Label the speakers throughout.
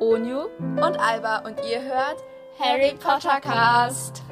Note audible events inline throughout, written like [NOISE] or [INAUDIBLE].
Speaker 1: Onyu und Alba und ihr hört Harry Potter Cast.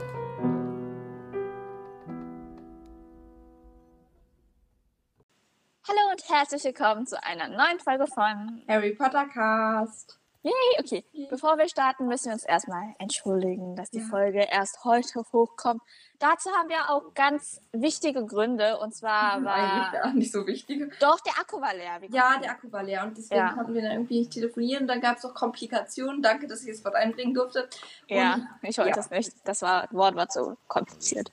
Speaker 1: Hallo und herzlich willkommen zu einer neuen Folge von.
Speaker 2: Harry Potter Cast.
Speaker 1: Yay, okay. Bevor wir starten, müssen wir uns erstmal entschuldigen, dass die
Speaker 2: Ja.
Speaker 1: Folge erst heute hochkommt. Dazu haben wir auch ganz wichtige Gründe und zwar
Speaker 2: Eigentlich
Speaker 1: war.
Speaker 2: gar nicht so wichtig.
Speaker 1: Doch, der Akku war leer. Wir
Speaker 2: Ja,
Speaker 1: konnten-
Speaker 2: der Akku war leer und deswegen
Speaker 1: Ja.
Speaker 2: konnten wir dann irgendwie nicht telefonieren. Dann gab es auch Komplikationen. Danke, dass ich das Wort einbringen durfte.
Speaker 1: Ja,
Speaker 2: Und
Speaker 1: ich wollte
Speaker 2: ja.
Speaker 1: das nicht. Das war, Wort war zu kompliziert.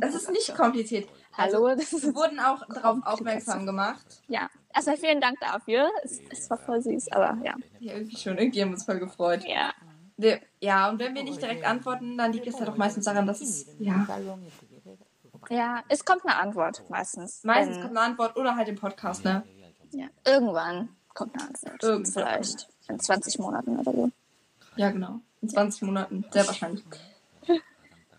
Speaker 2: es ist nicht kompliziert. Also,
Speaker 1: Hallo, [LAUGHS] das ist
Speaker 2: wir wurden auch darauf
Speaker 1: Komplikation.
Speaker 2: aufmerksam gemacht.
Speaker 1: ja. Erstmal vielen Dank dafür. Es, es war voll süß, aber ja.
Speaker 2: Ja, irgendwie schon. Irgendwie haben wir uns voll gefreut.
Speaker 1: Ja,
Speaker 2: Wir- Ja, und wenn wir nicht direkt antworten, dann liegt es ja doch meistens daran, dass es. Ja,
Speaker 1: ja. es kommt eine Antwort meistens.
Speaker 2: meistens
Speaker 1: Wenn-
Speaker 2: kommt eine Antwort oder halt im Podcast, ne?
Speaker 1: ja. Irgendwann kommt eine Antwort.
Speaker 2: Irgendwann.
Speaker 1: Vielleicht in 20 Monaten oder so.
Speaker 2: Ja, genau. In 20 Monaten, sehr wahrscheinlich.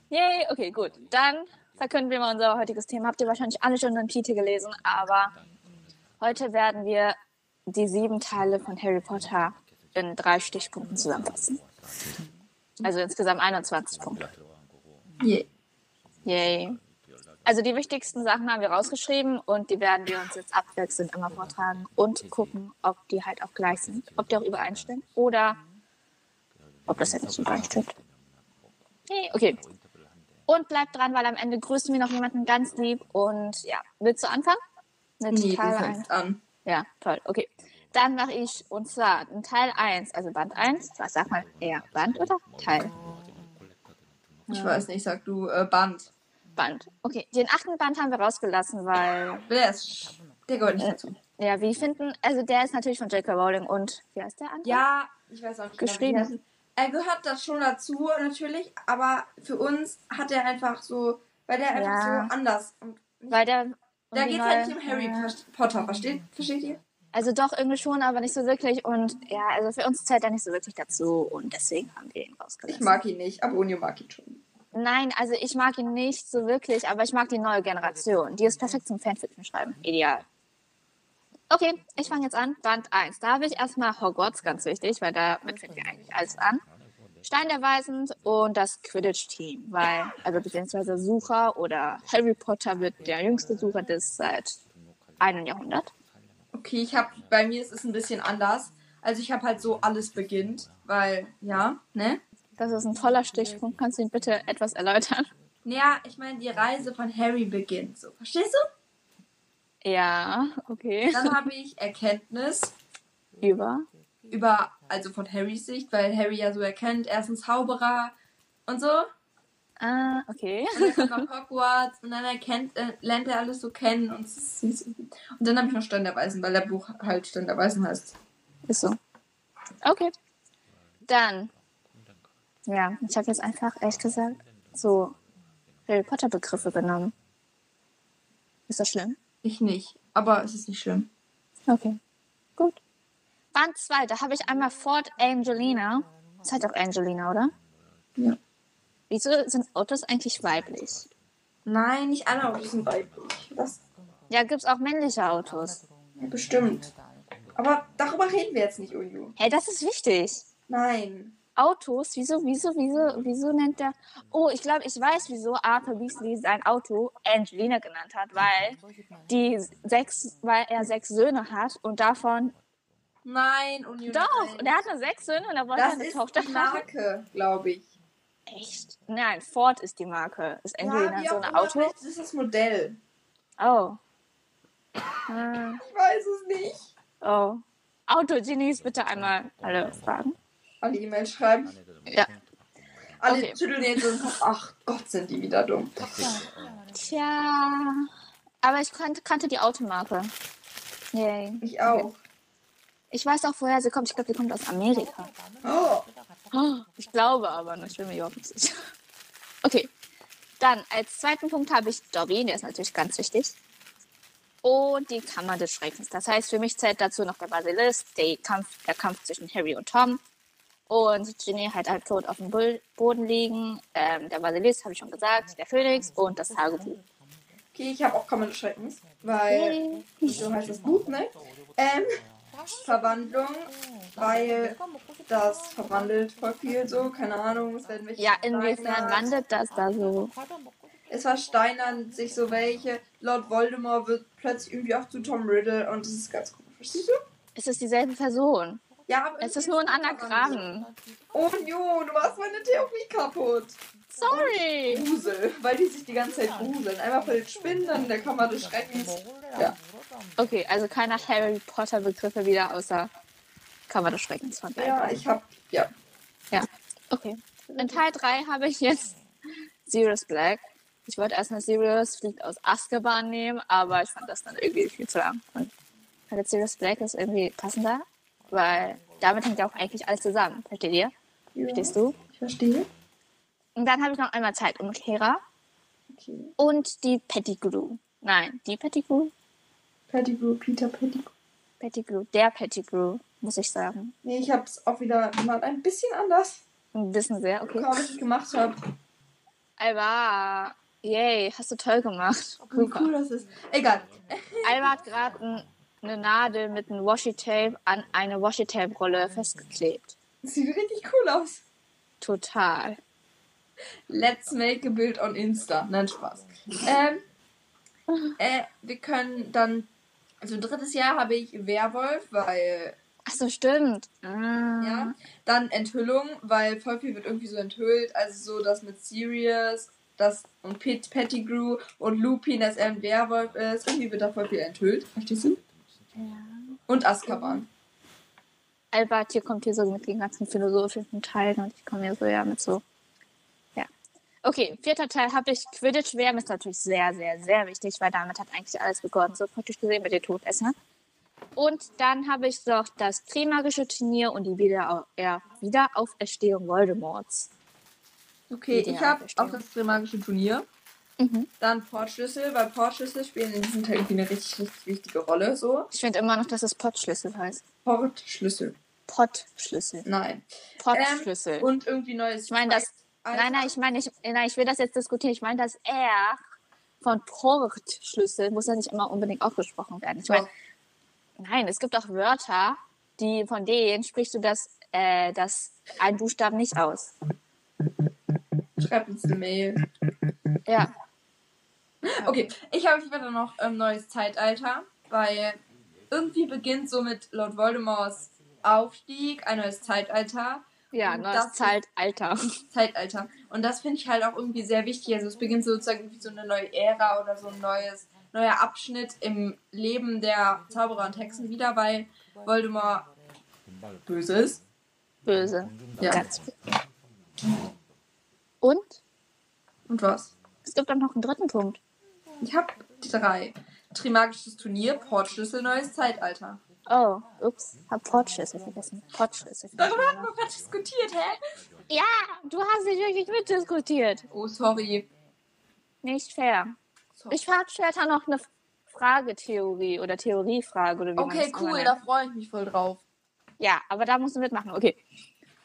Speaker 1: Yay, okay, gut. Dann verkünden wir mal unser heutiges Thema. Habt ihr wahrscheinlich alle schon den Titel gelesen, aber heute werden wir die sieben Teile von Harry Potter in drei Stichpunkten zusammenfassen. Also insgesamt 21 Punkte.
Speaker 2: Yeah.
Speaker 1: Yay. Also die wichtigsten Sachen haben wir rausgeschrieben und die werden wir uns jetzt abwechselnd einmal vortragen und gucken, ob die halt auch gleich sind, ob die auch übereinstimmen oder ob das jetzt nicht übereinstimmt. Yay, okay. Und bleibt dran, weil am Ende grüßen wir noch jemanden ganz lieb und ja, willst du anfangen? Eine
Speaker 2: Nee, du
Speaker 1: totale Ein-
Speaker 2: fängst an.
Speaker 1: ja, toll. Okay. Dann mache ich, und zwar in Teil 1, also Band 1, was sag mal eher, Band oder Teil?
Speaker 2: Ich weiß nicht, sag du äh, Band.
Speaker 1: Band. Okay, den achten Band haben wir rausgelassen, weil,
Speaker 2: Der ist. sch- Der gehört
Speaker 1: Äh,
Speaker 2: nicht dazu.
Speaker 1: ja, wie finden, also der ist natürlich von J.K. Rowling und, wie heißt der andere?
Speaker 2: Ja, ich weiß auch nicht. genau, wie die
Speaker 1: Geschrieben.
Speaker 2: heißen. Er gehört das schon dazu, natürlich, aber für uns hat er einfach so, weil der einfach
Speaker 1: Ja.
Speaker 2: so anders. Und
Speaker 1: Weil der,
Speaker 2: da
Speaker 1: und die
Speaker 2: geht es halt nicht
Speaker 1: neue-
Speaker 2: um Harry
Speaker 1: ja.
Speaker 2: Potter, versteht, versteht ihr?
Speaker 1: Also doch, irgendwie schon, aber nicht so wirklich und, ja, also für uns zählt er nicht so wirklich dazu und deswegen haben wir ihn
Speaker 2: Ich
Speaker 1: rausgelassen.
Speaker 2: mag ihn nicht, aber Unio mag ihn schon.
Speaker 1: Nein, also ich mag ihn nicht so wirklich, aber ich mag die neue Generation. Die ist perfekt zum Fanfiction schreiben. Ideal. Okay, ich fange jetzt an. Band 1. Da habe ich erstmal Hogwarts, ganz wichtig, weil damit fängt ja eigentlich alles an. Stein der Weisen und das Quidditch-Team, weil, also beziehungsweise Sucher oder Harry Potter wird der jüngste Sucher des seit einem Jahrhundert.
Speaker 2: Okay, ich habe, bei mir ist es ein bisschen anders. Also ich habe halt so alles beginnt, weil, ja, ne?
Speaker 1: Das ist ein toller Stichpunkt. Kannst du ihn bitte etwas erläutern?
Speaker 2: Naja, ich meine, die Reise von Harry beginnt so. Verstehst du?
Speaker 1: Ja, okay.
Speaker 2: Dann habe ich Erkenntnis.
Speaker 1: Über.
Speaker 2: über, also von Harrys Sicht, weil Harry ja so erkennt, er ist ein Zauberer und so.
Speaker 1: Ah, okay.
Speaker 2: Und dann kommt nach
Speaker 1: [LAUGHS]
Speaker 2: Hogwarts und dann erkennt, äh, lernt er alles so kennen und es ist süß. Und dann habe ich noch Stein der Weisen, weil der Buch halt Stein der Weisen heißt.
Speaker 1: Ist so. Okay. Dann. Ja, ich habe jetzt einfach, ehrlich gesagt, so Harry Potter-Begriffe genommen. Ist das schlimm?
Speaker 2: Ich nicht, aber es ist nicht schlimm.
Speaker 1: Okay. Gut. Band 2, da habe ich einmal Ford Angelina. Das heißt auch Angelina, oder?
Speaker 2: Ja.
Speaker 1: Wieso sind Autos eigentlich weiblich?
Speaker 2: Nein, nicht alle Autos sind weiblich. Das
Speaker 1: Ja, gibt es auch männliche Autos.
Speaker 2: ja, bestimmt. Aber darüber reden wir jetzt nicht, Uju.
Speaker 1: Hey, das ist wichtig.
Speaker 2: Nein.
Speaker 1: Autos, wieso, wieso, wieso, wieso nennt er.
Speaker 2: Hm.
Speaker 1: Oh, ich glaube, ich weiß, wieso Arthur Weasley sein Auto Angelina genannt hat, weil, die sechs, weil er sechs Söhne hat und davon.
Speaker 2: Nein, Uju.
Speaker 1: Doch,
Speaker 2: nein.
Speaker 1: der hat nur sechs Söhne und er wollte
Speaker 2: das
Speaker 1: eine
Speaker 2: ist genau
Speaker 1: Tochter
Speaker 2: die
Speaker 1: haben.
Speaker 2: Marke, glaube ich.
Speaker 1: Echt? Nein, Ford ist die Marke. Ist Angelina
Speaker 2: wie
Speaker 1: ne, so
Speaker 2: auch
Speaker 1: ein
Speaker 2: immer,
Speaker 1: Auto?
Speaker 2: vielleicht ist das Modell.
Speaker 1: Oh. Ah,
Speaker 2: Ich weiß es nicht.
Speaker 1: oh. Autogenies, bitte einmal alle fragen.
Speaker 2: Alle E-Mails schreiben.
Speaker 1: Ja.
Speaker 2: Alle
Speaker 1: Okay.
Speaker 2: schütteln jetzt den Kopf. Ach Gott, sind die wieder dumm.
Speaker 1: Tja. Aber ich kannte, kannte die Automarke. Yay.
Speaker 2: Ich auch.
Speaker 1: Ich weiß auch, woher sie kommt. Ich glaube, sie kommt aus Amerika.
Speaker 2: Oh,
Speaker 1: Oh, Ich glaube aber, nur, ich bin mir überhaupt nicht sicher. Okay, dann als zweiten Punkt habe ich Dorin, der ist natürlich ganz wichtig. Und die Kammer des Schreckens. Das heißt, für mich zählt dazu noch der Basilisk, der Kampf, der Kampf zwischen Harry und Tom. Und Ginny halt halb tot auf dem Bul- Boden liegen. Ähm, der Basilisk, habe ich schon gesagt, der Phönix und das Tagebuch.
Speaker 2: okay, ich habe auch Kammern des Schreckens, weil so heißt das Buch, ne? Ähm, Verwandlung, weil das verwandelt voll viel so, keine Ahnung, es werden welche
Speaker 1: Ja, inwiefern
Speaker 2: versteinert.
Speaker 1: wandelt das da so?
Speaker 2: Es versteinern sich so welche. Lord Voldemort wird plötzlich irgendwie auch zu Tom Riddle und das ist ganz komisch. Verstehst du?
Speaker 1: Es ist dieselbe Person.
Speaker 2: Ja, aber
Speaker 1: Es ist
Speaker 2: irgendwie
Speaker 1: nur ein
Speaker 2: verwandelt.
Speaker 1: Anagramm.
Speaker 2: Oh Jo, du machst meine Theorie kaputt.
Speaker 1: Sorry!
Speaker 2: Grusel, weil die sich die ganze Zeit gruseln. Einmal von den Spinnen, dann in der Kammer des Schreckens. Ja.
Speaker 1: Okay, also keiner Harry Potter Begriffe wieder außer Kammer des Schreckens von beiden.
Speaker 2: Ja, ich hab. Ja.
Speaker 1: Okay. In Teil 3 habe ich jetzt Sirius Black. Ich wollte erstmal Sirius fliegt aus Azkaban nehmen, aber ich fand das dann irgendwie viel zu lang. Und ich fand jetzt Sirius Black ist irgendwie passender, weil damit hängt ja auch eigentlich alles zusammen. Versteht ihr?
Speaker 2: ja.
Speaker 1: Verstehst du?
Speaker 2: Ich verstehe.
Speaker 1: Und dann habe ich noch einmal Zeitumkehrer
Speaker 2: Okay.
Speaker 1: und die Pettigrew. Nein, die Pettigrew?
Speaker 2: Pettigrew, Peter Pettigrew.
Speaker 1: Pettigrew, der Pettigrew, muss ich sagen.
Speaker 2: Nee, ich hab's auch wieder mal ein bisschen anders.
Speaker 1: Ein bisschen sehr, okay.
Speaker 2: Guck mal, was ich gemacht habe.
Speaker 1: Alba, yay, hast du toll gemacht.
Speaker 2: Wie [LAUGHS] cool das ist. Egal.
Speaker 1: Alba hat gerade eine Nadel mit einem Washi-Tape an eine Washi-Tape-Rolle festgeklebt.
Speaker 2: Sieht richtig cool aus.
Speaker 1: Total.
Speaker 2: Let's make a build on Insta. Nein, Spaß. Ähm, äh, wir können dann. Also drittes Jahr habe ich Werwolf, weil.
Speaker 1: Ach so, stimmt. Ah.
Speaker 2: Ja. Dann Enthüllung, weil voll viel wird irgendwie so enthüllt. Also so das mit Sirius, das und Pit Pettigrew und Lupin, dass er ein Werwolf ist. Irgendwie wird da voll viel enthüllt. Verstehst du? Und Azkaban.
Speaker 1: Albert, hier kommt hier so mit den ganzen philosophischen Teilen und ich komme hier so ja mit so. Ja. Okay, vierter Teil habe ich Quidditch WM ist natürlich sehr, sehr, sehr wichtig, weil damit hat eigentlich alles begonnen, so praktisch gesehen mit den Todessern. Und dann habe ich noch das Primagische Turnier und die Wiederau ja, Wiederauferstehung Voldemorts.
Speaker 2: Okay, ich
Speaker 1: Ideal,
Speaker 2: habe
Speaker 1: verstehe.
Speaker 2: auch das Trimagische Turnier.
Speaker 1: Mhm.
Speaker 2: Dann Portschlüssel, weil Portschlüssel spielen in diesem Teil irgendwie eine richtig, richtig wichtige Rolle. So.
Speaker 1: Ich finde immer noch, dass es Pottschlüssel heißt.
Speaker 2: Portschlüssel.
Speaker 1: Pottschlüssel.
Speaker 2: Nein. Ähm,
Speaker 1: Pottschlüssel.
Speaker 2: Und irgendwie neues.
Speaker 1: ich meine, das. Nein, nein, ich meine, ich, nein, ich will das jetzt diskutieren. Ich meine, das R von Portschlüssel muss ja nicht immer unbedingt ausgesprochen werden. Ich meine, nein, es gibt auch Wörter, die von denen sprichst du das, äh, das ein Buchstaben nicht aus.
Speaker 2: Schreib uns eine Mail.
Speaker 1: Ja.
Speaker 2: Ah, Okay, ich habe wieder noch ähm, neues Zeitalter, weil irgendwie beginnt so mit Lord Voldemorts Aufstieg ein neues Zeitalter.
Speaker 1: Ja,
Speaker 2: Und
Speaker 1: neues
Speaker 2: das-
Speaker 1: Zeitalter.
Speaker 2: Zeitalter. Und das finde ich halt auch irgendwie sehr wichtig. Also es beginnt sozusagen irgendwie so eine neue Ära oder so ein neues, neuer Abschnitt im Leben der Zauberer und Hexen wieder, weil Voldemort böse ist.
Speaker 1: [LAUGHS] Böse.
Speaker 2: Ja.
Speaker 1: Ganz böse. Und
Speaker 2: Und was?
Speaker 1: es gibt auch noch einen dritten Punkt.
Speaker 2: Ich habe die drei. Trimagisches Turnier, Portschlüssel, neues Zeitalter.
Speaker 1: Oh, ups, hab Portschlüssel vergessen. Portschlüssel.
Speaker 2: Darüber hatten wir gerade diskutiert, hä?
Speaker 1: Ja, du hast dich wirklich mitdiskutiert.
Speaker 2: Oh, sorry.
Speaker 1: Nicht fair.
Speaker 2: Sorry.
Speaker 1: Ich habe später noch eine Fragetheorie oder Theoriefrage oder wie man
Speaker 2: Okay,
Speaker 1: das immer
Speaker 2: cool,
Speaker 1: nennt.
Speaker 2: da freue ich mich voll drauf.
Speaker 1: Ja, aber da musst du mitmachen. Okay.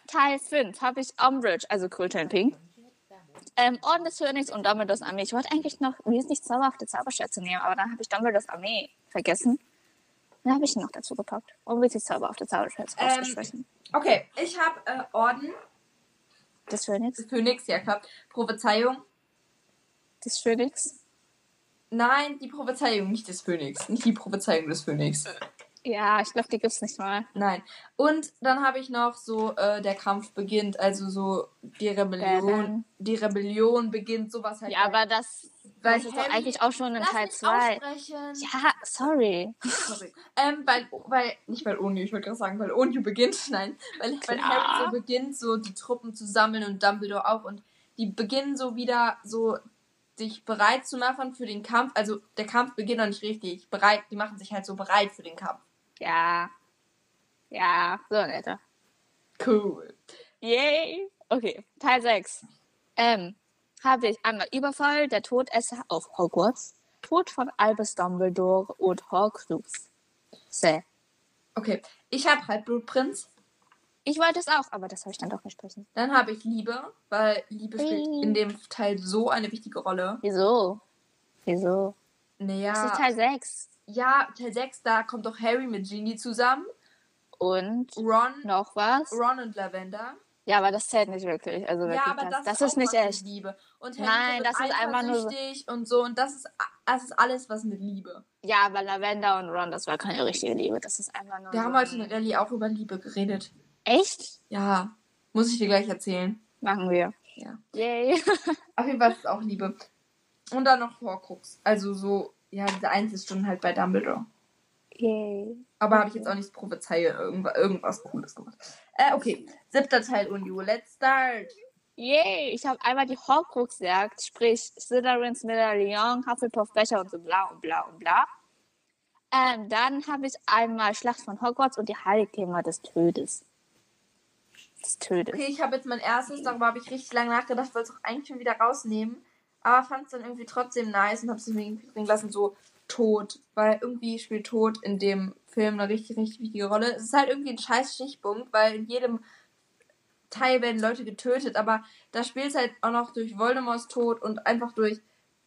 Speaker 1: Teil 5 habe ich Umbridge, also Kultur in Pink. Ähm, Orden des Phönix und Dumbledores Armee. Ich wollte eigentlich noch wesentlich zauberhafte Zauberschätze nehmen, aber dann habe ich Dumbledores Armee vergessen. Dann habe ich ihn noch dazu gepackt, um wesentlich zauberhafte Zauberschätze
Speaker 2: Ähm,
Speaker 1: auszusprechen.
Speaker 2: Okay, ich habe äh, Orden
Speaker 1: Des Phönix?
Speaker 2: des Phönix, ja klar. Prophezeiung.
Speaker 1: Des Phönix?
Speaker 2: Nein, die Prophezeiung, nicht des Phönix. Nicht die Prophezeiung des Phönix.
Speaker 1: Ja, ich glaube, die gibt's nicht mal.
Speaker 2: Nein. Und dann habe ich noch so, äh, der Kampf beginnt, also so die Rebellion.
Speaker 1: Bam.
Speaker 2: Die Rebellion beginnt, sowas halt.
Speaker 1: Ja, aber das,
Speaker 2: Weil
Speaker 1: das ist doch
Speaker 2: Harry-
Speaker 1: eigentlich auch schon in
Speaker 2: Lass
Speaker 1: Teil
Speaker 2: mich
Speaker 1: 2.
Speaker 2: aussprechen.
Speaker 1: Ja, sorry.
Speaker 2: Sorry. Ähm, weil, weil, nicht weil Onyu, ich wollte gerade sagen, weil Onyu beginnt, [LAUGHS] nein, weil, weil
Speaker 1: Klar.
Speaker 2: Harry so beginnt, so die Truppen zu sammeln und Dumbledore auch und die beginnen so wieder so sich bereit zu machen für den Kampf. Also der Kampf beginnt noch nicht richtig. Bereit, die machen sich halt so bereit für den Kampf.
Speaker 1: Ja. Ja, so in etwa.
Speaker 2: Cool.
Speaker 1: Yay! Okay, Teil 6. Ähm, habe ich einmal Überfall, der Todesser auf Hogwarts, Tod von Albus Dumbledore und Horcrux. Sä.
Speaker 2: Okay. Ich habe Halbblutprinz,
Speaker 1: Ich wollte es auch, aber das habe ich dann doch gesprochen.
Speaker 2: dann habe ich Liebe, weil Liebe spielt
Speaker 1: Ey.
Speaker 2: in dem Teil so eine wichtige Rolle.
Speaker 1: Wieso? Wieso? Das ist
Speaker 2: Naja, Ah.
Speaker 1: Teil 6.
Speaker 2: ja, Teil 6, da kommt doch Harry mit Genie zusammen.
Speaker 1: und
Speaker 2: Ron,
Speaker 1: noch was.
Speaker 2: Ron und Lavender.
Speaker 1: Ja, aber das zählt nicht wirklich. Also wirklich
Speaker 2: Ja, aber das,
Speaker 1: das ist
Speaker 2: auch
Speaker 1: nicht
Speaker 2: was mit
Speaker 1: echt.
Speaker 2: Liebe. Und
Speaker 1: Nein,
Speaker 2: Hermine
Speaker 1: das ist einfach nur so-
Speaker 2: eifersüchtig und so und das ist das ist alles was mit Liebe.
Speaker 1: Ja, aber Lavender und Ron, das war keine richtige Liebe. Das ist einfach nur.
Speaker 2: Wir
Speaker 1: so
Speaker 2: haben heute
Speaker 1: ein-
Speaker 2: mit Ellie auch über Liebe geredet.
Speaker 1: Echt?
Speaker 2: Ja, muss ich dir gleich erzählen.
Speaker 1: Machen wir.
Speaker 2: Ja.
Speaker 1: Yay.
Speaker 2: Auf jeden Fall ist es auch Liebe. Und dann noch Horcrux. Also so, ja, diese Einzelstunden halt bei Dumbledore.
Speaker 1: Yay.
Speaker 2: Aber habe ich jetzt auch nichts prophezeie irgendwas, irgendwas Cooles gemacht. Äh, okay. Siebter Teil Unio. Let's start.
Speaker 1: Yay. Ich habe einmal die Horcrux-Jagd, sprich Slytherin, Smithereon, Hufflepuff, Becher und so bla und bla und bla. Ähm, dann habe ich einmal Schlacht von Hogwarts und die Heiligtümer des Todes. Des Todes.
Speaker 2: Okay, ich habe jetzt mein erstes, darüber habe ich richtig lange nachgedacht, wollte es auch eigentlich schon wieder rausnehmen. Aber fand es dann irgendwie trotzdem nice und habe es deswegen drin lassen, so tot. Weil irgendwie spielt Tod in dem Film eine richtig, richtig wichtige Rolle. Es ist halt irgendwie ein scheiß Stichpunkt, weil in jedem Teil werden Leute getötet, aber da spielt es halt auch noch durch Voldemorts Tod und einfach durch.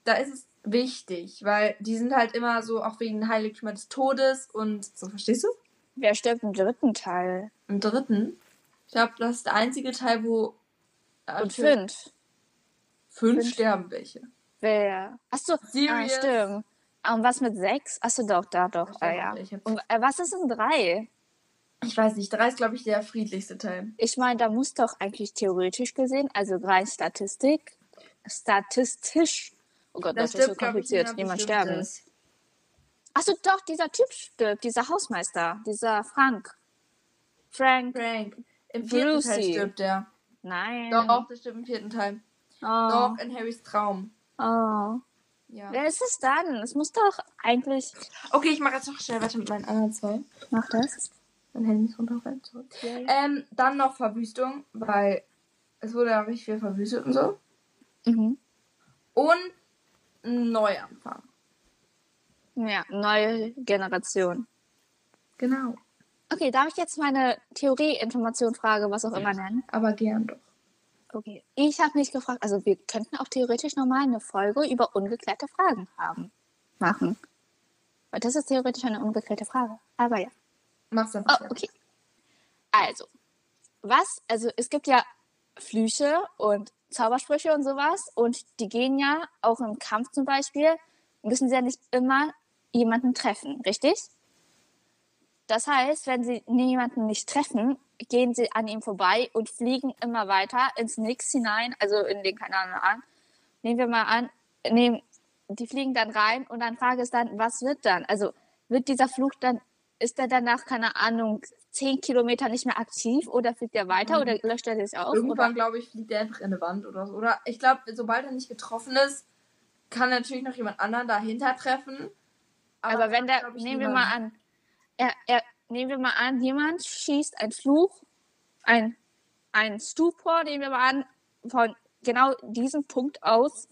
Speaker 2: Da ist es wichtig, weil die sind halt immer so, auch wegen Heiligtümer des Todes und so, verstehst du?
Speaker 1: Wer stirbt im dritten Teil?
Speaker 2: Im dritten. Ich glaube, das ist der einzige Teil, wo.
Speaker 1: Und fünf.
Speaker 2: Fünf,
Speaker 1: Fünf.
Speaker 2: sterben welche.
Speaker 1: Wer? Achso, ah,
Speaker 2: Sirius.
Speaker 1: stimmt. Ah, Und was mit sechs? Achso, doch, da doch.
Speaker 2: Ich
Speaker 1: Ah,
Speaker 2: hab-
Speaker 1: ja.
Speaker 2: ich hab-
Speaker 1: Und äh, was ist in drei?
Speaker 2: Ich weiß nicht, drei ist, glaube ich, der friedlichste Teil.
Speaker 1: Ich meine, da muss doch eigentlich theoretisch gesehen, also rein Statistik, statistisch, oh Gott, das, ist so
Speaker 2: glaub ich,
Speaker 1: kompliziert, niemand sterben.
Speaker 2: Bestimmtes.
Speaker 1: Achso, doch, dieser Typ stirbt, dieser Hausmeister, dieser Frank. Frank,
Speaker 2: Frank. Im vierten Teil
Speaker 1: Brucey.
Speaker 2: stirbt der.
Speaker 1: nein.
Speaker 2: Doch, der stirbt im vierten Teil.
Speaker 1: Oh.
Speaker 2: Doch, in Harrys Traum.
Speaker 1: Oh.
Speaker 2: Ja.
Speaker 1: Wer ist es dann? Es muss doch eigentlich.
Speaker 2: Okay, ich mache jetzt noch schnell weiter mit meinen anderen zwei.
Speaker 1: Mach das.
Speaker 2: Mein Handy ist runtergefallen. sorry.
Speaker 1: Yay.
Speaker 2: Ähm, dann noch Verwüstung, weil es wurde ja richtig viel verwüstet und so.
Speaker 1: Mhm.
Speaker 2: Und ein Neuanfang.
Speaker 1: Ja, neue Generation.
Speaker 2: Genau.
Speaker 1: Okay, darf ich jetzt meine Theorie-Information-Frage, was auch immer nennen?
Speaker 2: Aber gern doch.
Speaker 1: Okay. Ich habe mich gefragt, also wir könnten auch theoretisch nochmal eine Folge über ungeklärte Fragen haben. Machen. Weil das ist theoretisch eine ungeklärte Frage. Aber ja.
Speaker 2: Mach's einfach.
Speaker 1: Oh,
Speaker 2: fertig.
Speaker 1: okay. Also, was, also es gibt ja Flüche und Zaubersprüche und sowas und die gehen ja auch im Kampf zum Beispiel, müssen sie ja nicht immer jemanden treffen, richtig? Das heißt, wenn sie jemanden nicht treffen, gehen sie an ihm vorbei und fliegen immer weiter ins Nix hinein, also in den, keine Ahnung, an. Nehmen wir mal an, nehmen, die fliegen dann rein und dann frage ist dann, was wird dann? Also wird dieser Fluch dann, ist er danach, keine Ahnung, zehn Kilometer nicht mehr aktiv oder fliegt er weiter
Speaker 2: Mhm.
Speaker 1: oder löscht er sich auf?
Speaker 2: Irgendwann,
Speaker 1: oder?
Speaker 2: glaube ich, fliegt er einfach in eine Wand oder so. Oder ich glaube, sobald er nicht getroffen ist, kann natürlich noch jemand anderen dahinter treffen.
Speaker 1: Aber Also
Speaker 2: sonst
Speaker 1: wenn der,
Speaker 2: glaub ich
Speaker 1: nehmen wir
Speaker 2: niemand.
Speaker 1: mal an, er, er, nehmen wir mal an, jemand schießt einen Fluch, ein, ein Stupor, nehmen wir mal an, von genau diesem Punkt aus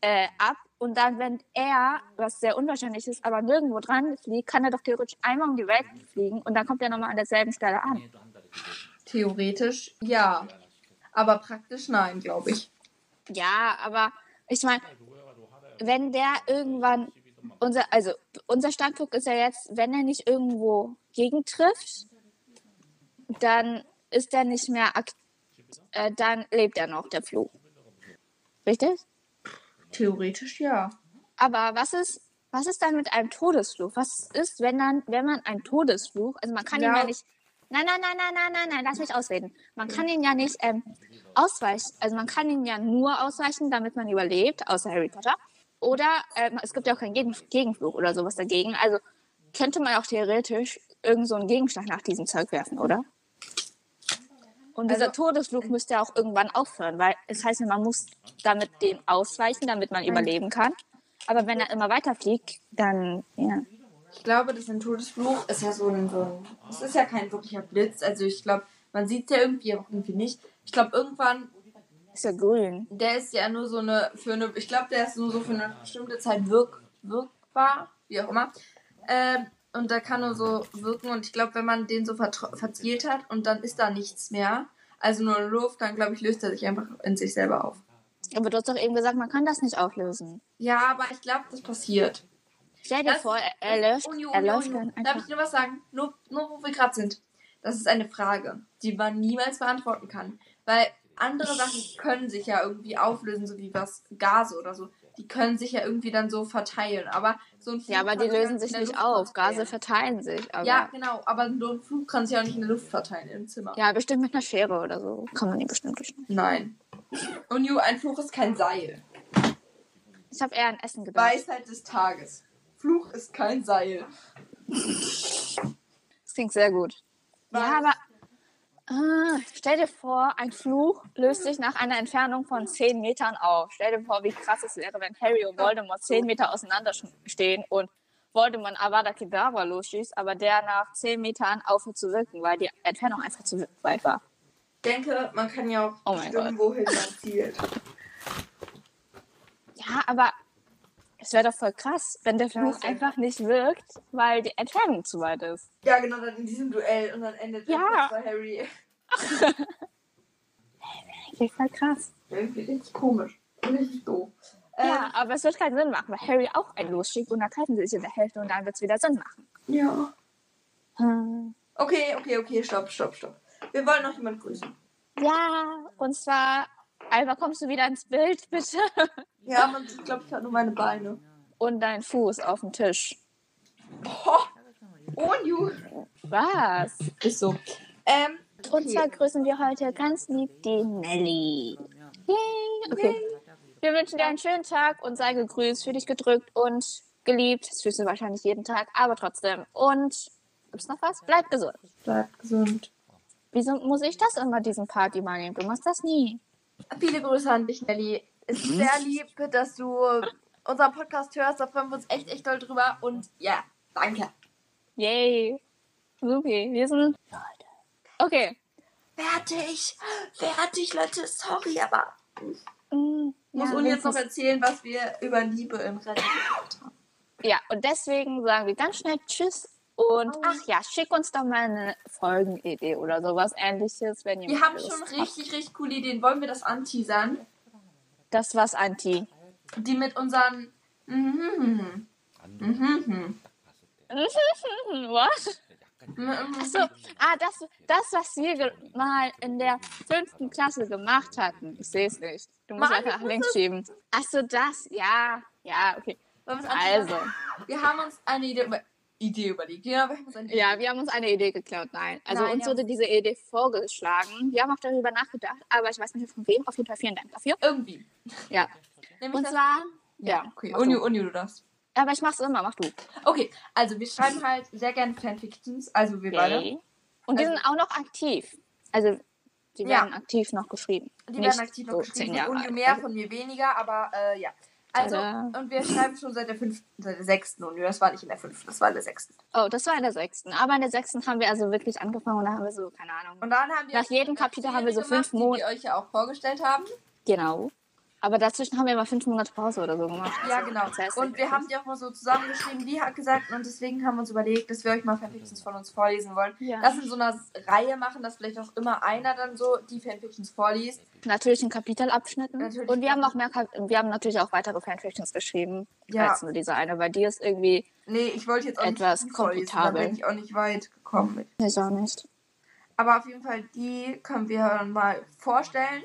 Speaker 1: äh, ab. Und dann, wenn er, was sehr unwahrscheinlich ist, aber nirgendwo dran fliegt, kann er doch theoretisch einmal um die Welt fliegen und dann kommt er nochmal an derselben Stelle an.
Speaker 2: Theoretisch ja. Aber praktisch nein, glaube ich.
Speaker 1: Ja, aber ich meine, wenn der irgendwann unser, also unser Standpunkt ist ja jetzt, wenn er nicht irgendwo gegentrifft, dann ist er nicht mehr ak- äh, dann lebt er noch, der Fluch. Richtig?
Speaker 2: Theoretisch ja.
Speaker 1: Aber was ist, was ist dann mit einem Todesfluch? Was ist, wenn dann, wenn man einen Todesfluch, also man kann ihn
Speaker 2: Ja.
Speaker 1: ja nicht. Nein, nein, nein, nein, nein, nein, nein, lass mich ausreden. Man kann ihn ja nicht ähm, ausweichen, also man kann ihn ja nur ausweichen, damit man überlebt, außer Harry Potter. Oder ähm, es gibt ja auch keinen Gegen Gegenfluch oder sowas dagegen. Also könnte man auch theoretisch irgend so einen Gegenstand nach diesem Zeug werfen, oder? Und dieser
Speaker 2: Also-
Speaker 1: Todesfluch müsste ja auch irgendwann aufhören, weil es heißt, ja, man muss damit dem ausweichen, damit
Speaker 2: Mhm.
Speaker 1: man überleben kann. Aber wenn er immer weiter fliegt, dann ja.
Speaker 2: Ich glaube, das ist ein Todesfluch. Ist ja so ein, so ein. Es ist ja kein wirklicher Blitz. Also ich glaube, man sieht ja irgendwie, aber auch irgendwie nicht. Ich glaube, irgendwann,
Speaker 1: ist ja grün.
Speaker 2: der ist ja nur so eine. Für eine ich glaube, der ist nur so für eine bestimmte Zeit wirk, wirkbar. Wie auch immer. Ähm, und der kann nur so wirken. Und ich glaube, wenn man den so vertro- verzielt hat und dann ist da nichts mehr, also nur Luft, dann glaube ich, löst er sich einfach in sich selber auf.
Speaker 1: Aber du hast doch eben gesagt, man kann das nicht auflösen.
Speaker 2: Ja, aber ich glaube, das passiert.
Speaker 1: Stell dir
Speaker 2: Das-
Speaker 1: vor, er, er löscht,
Speaker 2: Uni, Uni,
Speaker 1: er löscht
Speaker 2: Uni.
Speaker 1: dann
Speaker 2: Darf
Speaker 1: einfach.
Speaker 2: ich nur was sagen? Nur, nur wo wir gerade sind. Das ist eine Frage, die man niemals beantworten kann. Weil andere Sachen können sich ja irgendwie auflösen, so wie was Gase oder so. Die können sich ja irgendwie dann so verteilen. Aber so ein Flug
Speaker 1: Ja, aber
Speaker 2: kann
Speaker 1: die
Speaker 2: ja
Speaker 1: lösen sich
Speaker 2: in der
Speaker 1: nicht
Speaker 2: Luft
Speaker 1: auf. Gase
Speaker 2: verteilen.
Speaker 1: verteilen sich. Aber
Speaker 2: Ja,
Speaker 1: ja.
Speaker 2: genau. Aber so ein Flug kann sich ja auch nicht in der Luft verteilen im Zimmer.
Speaker 1: bestimmt mit einer Schere oder so. Kann man die bestimmt durchschneiden.
Speaker 2: Nein. Und Ju, ein Fluch ist kein Seil.
Speaker 1: Ich habe eher an Essen gedacht.
Speaker 2: Weisheit des Tages. Fluch ist kein Seil.
Speaker 1: Das klingt sehr gut. Ja, aber ah, stell dir vor, ein Fluch löst sich nach einer Entfernung von 10 Metern auf. Stell dir vor, wie krass es wäre, wenn Harry und Voldemort 10 Meter auseinander sch- stehen und Voldemort Avada Kedavra losschießt, aber der nach 10 Metern aufhört zu wirken, weil die Entfernung einfach zu weit war.
Speaker 2: Ich denke, man kann ja auch
Speaker 1: Oh mein
Speaker 2: bestimmen, wohin man zielt.
Speaker 1: Ja, aber es wäre doch voll krass, wenn der
Speaker 2: Ja,
Speaker 1: Fluch
Speaker 2: sehr.
Speaker 1: einfach nicht wirkt, weil die Entfernung zu weit ist.
Speaker 2: Ja, genau, dann in diesem Duell und dann endet
Speaker 1: Ja.
Speaker 2: irgendwas bei Harry.
Speaker 1: Klingt voll krass.
Speaker 2: Irgendwie richtig komisch. Richtig doof. Ähm,
Speaker 1: Ja, aber es wird keinen Sinn machen, weil Harry auch einen losschickt und dann treffen sie sich in der Hälfte und dann wird es wieder Sinn machen.
Speaker 2: Ähm, ja.
Speaker 1: Hm.
Speaker 2: Okay, okay, okay, stopp, stopp, stopp. Wir wollen noch jemanden grüßen.
Speaker 1: Ja, und zwar, Alba, kommst du wieder ins Bild, bitte?
Speaker 2: Ja, man sieht, glaube ich, gerade nur meine Beine.
Speaker 1: [LAUGHS] Und dein Fuß auf dem Tisch.
Speaker 2: Boah. Und Ju.
Speaker 1: Was?
Speaker 2: Ist so. Ähm,
Speaker 1: Und zwar grüßen wir heute ganz lieb die Nelly. Yay. Okay. Wir wünschen dir einen schönen Tag und sei gegrüßt, fühl dich gedrückt und geliebt. Das fühlst du wahrscheinlich jeden Tag, aber trotzdem. Und gibt's noch was? Bleib gesund.
Speaker 2: bleibt gesund.
Speaker 1: Wieso muss ich das immer diesen Part übernehmen? Du machst das nie.
Speaker 2: Viele Grüße an dich, Nelly. Es ist sehr lieb, dass du unseren Podcast hörst. Da freuen wir uns echt, echt doll drüber. Und ja, danke.
Speaker 1: Yay. Supi. Wir sind. Okay.
Speaker 2: Fertig. Fertig, Leute. Sorry, aber.
Speaker 1: Mm,
Speaker 2: Muss
Speaker 1: ja,
Speaker 2: Uni jetzt noch
Speaker 1: wenigstens-
Speaker 2: erzählen, was wir über Liebe im Rennen gemacht haben.
Speaker 1: Ja, und deswegen sagen wir ganz schnell Tschüss. Und
Speaker 2: Oh.
Speaker 1: ach ja, schick uns doch mal eine Folgenidee oder sowas ähnliches, wenn ihr
Speaker 2: Wir
Speaker 1: mal
Speaker 2: haben
Speaker 1: Lust
Speaker 2: schon
Speaker 1: habt.
Speaker 2: richtig, richtig coole Ideen. Wollen wir das anteasern?
Speaker 1: Das war's, Anti. [LAUGHS]
Speaker 2: Die mit unseren. Mhm. Mhm.
Speaker 1: What?
Speaker 2: Mhm.
Speaker 1: So, ah, das, das, was wir ge- mal in der fünften Klasse gemacht hatten. Ich sehe es nicht. Du musst
Speaker 2: Mann,
Speaker 1: einfach
Speaker 2: ich
Speaker 1: nach links schieben. Ach so, das, ja, ja, okay.
Speaker 2: Wollen wir es anteasern?
Speaker 1: Also,
Speaker 2: Wir haben uns eine Idee, über Idee überlegt. Ja, wir haben uns eine Idee.
Speaker 1: ja, wir haben uns eine Idee geklaut. Nein, also
Speaker 2: Nein,
Speaker 1: uns
Speaker 2: ja.
Speaker 1: wurde diese Idee vorgeschlagen. Wir haben auch darüber nachgedacht, aber ich weiß nicht von wem. Auf jeden Fall vielen Dank dafür.
Speaker 2: Irgendwie.
Speaker 1: Ja,
Speaker 2: [LAUGHS] Nämlich
Speaker 1: und
Speaker 2: das-
Speaker 1: zwar, ja,
Speaker 2: Okay,
Speaker 1: mach
Speaker 2: Uni,
Speaker 1: du.
Speaker 2: Uni, du darfst.
Speaker 1: Aber ich mach's immer, mach du.
Speaker 2: Okay, also wir schreiben halt sehr gerne Fanfictions, also wir beide.
Speaker 1: Yay. Und die
Speaker 2: Also-
Speaker 1: sind auch noch aktiv. Also die
Speaker 2: Ja.
Speaker 1: werden aktiv noch geschrieben.
Speaker 2: Die
Speaker 1: Nicht
Speaker 2: werden aktiv noch
Speaker 1: so
Speaker 2: geschrieben,
Speaker 1: zehn
Speaker 2: von
Speaker 1: Jahre
Speaker 2: Uni
Speaker 1: alt.
Speaker 2: mehr, von mir weniger, aber äh, ja. Also,
Speaker 1: Tada.
Speaker 2: und wir schreiben schon seit der fünften, seit der sechsten Uni, das war nicht in der fünften, das war in der sechsten.
Speaker 1: Oh, das war in der sechsten. Aber in der sechsten haben wir also wirklich angefangen und da haben wir so, keine Ahnung.
Speaker 2: Und dann haben wir
Speaker 1: Nach jedem Kapitel haben wir so
Speaker 2: Serie
Speaker 1: fünf
Speaker 2: gemacht,
Speaker 1: Monate.
Speaker 2: Die wir euch ja auch vorgestellt haben.
Speaker 1: Genau. Aber dazwischen haben wir mal fünf Monate Pause oder so gemacht.
Speaker 2: Ja,
Speaker 1: Also,
Speaker 2: genau.
Speaker 1: das heißt,
Speaker 2: Und wir haben die auch mal so zusammengeschrieben, wie hat gesagt, und deswegen haben wir uns überlegt, dass wir euch mal Fanfictions von uns vorlesen wollen.
Speaker 1: Ja.
Speaker 2: Lass in so einer Reihe machen, dass vielleicht auch immer einer dann so die Fanfictions vorliest.
Speaker 1: natürlich einen Kapitelabschnitten.
Speaker 2: Natürlich.
Speaker 1: und wir haben auch mehr Kap wir haben natürlich auch weitere Fanfictions geschrieben
Speaker 2: Ja.
Speaker 1: als nur diese eine, weil die ist irgendwie
Speaker 2: Nee, ich wollte jetzt auch
Speaker 1: Etwas
Speaker 2: nicht die vorlesen, da
Speaker 1: komfortabel.
Speaker 2: bin ich auch nicht weit gekommen. Mit.
Speaker 1: ich auch nicht.
Speaker 2: Aber auf jeden Fall, die können wir dann mal vorstellen.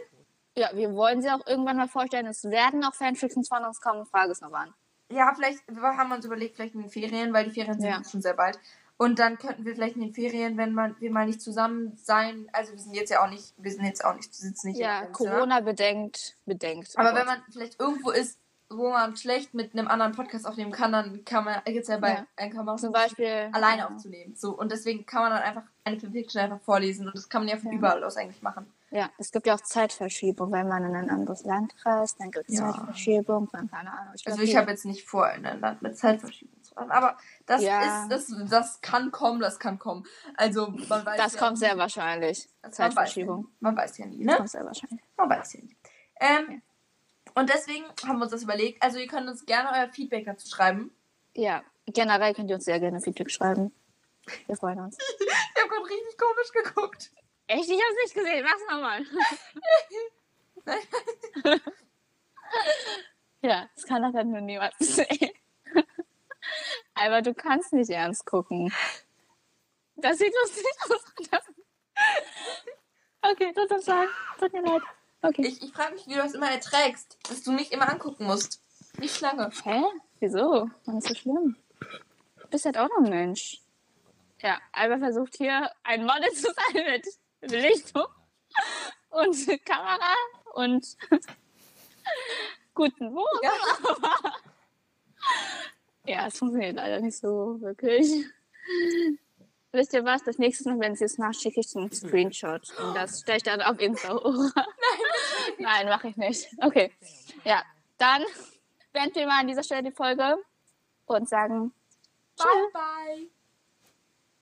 Speaker 1: Ja, wir wollen sie auch irgendwann mal vorstellen. Es werden auch Fanfictions von uns kommen, frage es noch an.
Speaker 2: Ja, vielleicht wir haben uns überlegt, vielleicht in den Ferien, weil die Ferien sind
Speaker 1: Ja.
Speaker 2: schon sehr bald. Und dann könnten wir vielleicht in den Ferien, wenn man, wir mal nicht zusammen sein, also wir sind jetzt ja auch nicht, wir sind jetzt auch nicht, sitzen nicht
Speaker 1: Ja,
Speaker 2: im Zimmer.
Speaker 1: Corona bedenkt, bedenkt.
Speaker 2: Aber
Speaker 1: Oh
Speaker 2: wenn
Speaker 1: Gott.
Speaker 2: man vielleicht irgendwo ist, wo man schlecht mit einem anderen Podcast aufnehmen kann, dann kann man, gibt's ja bei
Speaker 1: Ja.
Speaker 2: einem kann man auch
Speaker 1: zum Beispiel
Speaker 2: alleine
Speaker 1: ja.
Speaker 2: aufzunehmen. So, und deswegen kann man dann einfach eine Fanfiction einfach vorlesen und das kann man ja von überall aus eigentlich machen.
Speaker 1: Ja, es gibt ja auch Zeitverschiebung, wenn man in ein anderes Land reist, dann gibt es
Speaker 2: Ja.
Speaker 1: Zeitverschiebung, dann keine Ahnung.
Speaker 2: Also
Speaker 1: glaub,
Speaker 2: ich
Speaker 1: die-
Speaker 2: habe jetzt nicht vor, in ein Land mit Zeitverschiebung zu fahren, aber das
Speaker 1: Ja.
Speaker 2: ist, das, das kann kommen, das kann kommen. Also man weiß
Speaker 1: das
Speaker 2: ja,
Speaker 1: kommt sehr wahrscheinlich.
Speaker 2: das- Also man
Speaker 1: Zeitverschiebung.
Speaker 2: Weiß, ja- man weiß ja nie,
Speaker 1: Das
Speaker 2: ne?
Speaker 1: kommt sehr wahrscheinlich.
Speaker 2: Man weiß ja nie. Ähm, Und deswegen haben wir uns das überlegt. Also ihr könnt uns gerne euer Feedback dazu schreiben.
Speaker 1: Ja, generell könnt ihr uns sehr gerne Feedback schreiben. Wir freuen uns.
Speaker 2: Ich habe gerade richtig komisch geguckt. [LAUGHS]
Speaker 1: Echt? Ich hab's nicht gesehen. Mach's nochmal. [LAUGHS] ja, das kann doch dann nur niemand [LAUGHS] sehen. Aber du kannst nicht ernst gucken. Das sieht lustig aus. [LAUGHS] okay, trotzdem sagen. Tut mir leid. Okay.
Speaker 2: Ich, ich frage mich, wie du das immer erträgst, dass du mich immer angucken musst. Nicht lange.
Speaker 1: Hä? Wieso? Warum ist so schlimm? Du bist halt auch noch ein Mensch. Ja, Alba versucht hier ein Model zu sein mit Belichtung und Kamera und guten Wohnen.
Speaker 2: Ja.
Speaker 1: [LAUGHS] Ja, es funktioniert leider nicht so wirklich. Wisst ihr was? Das nächste Mal, wenn sie es macht, schicke ich einen Screenshot. Und das stelle ich dann auf Insta hoch. [LAUGHS] Nein, mache ich nicht. Okay. Ja, dann beenden wir mal an dieser Stelle die Folge und sagen
Speaker 2: Bye, bye.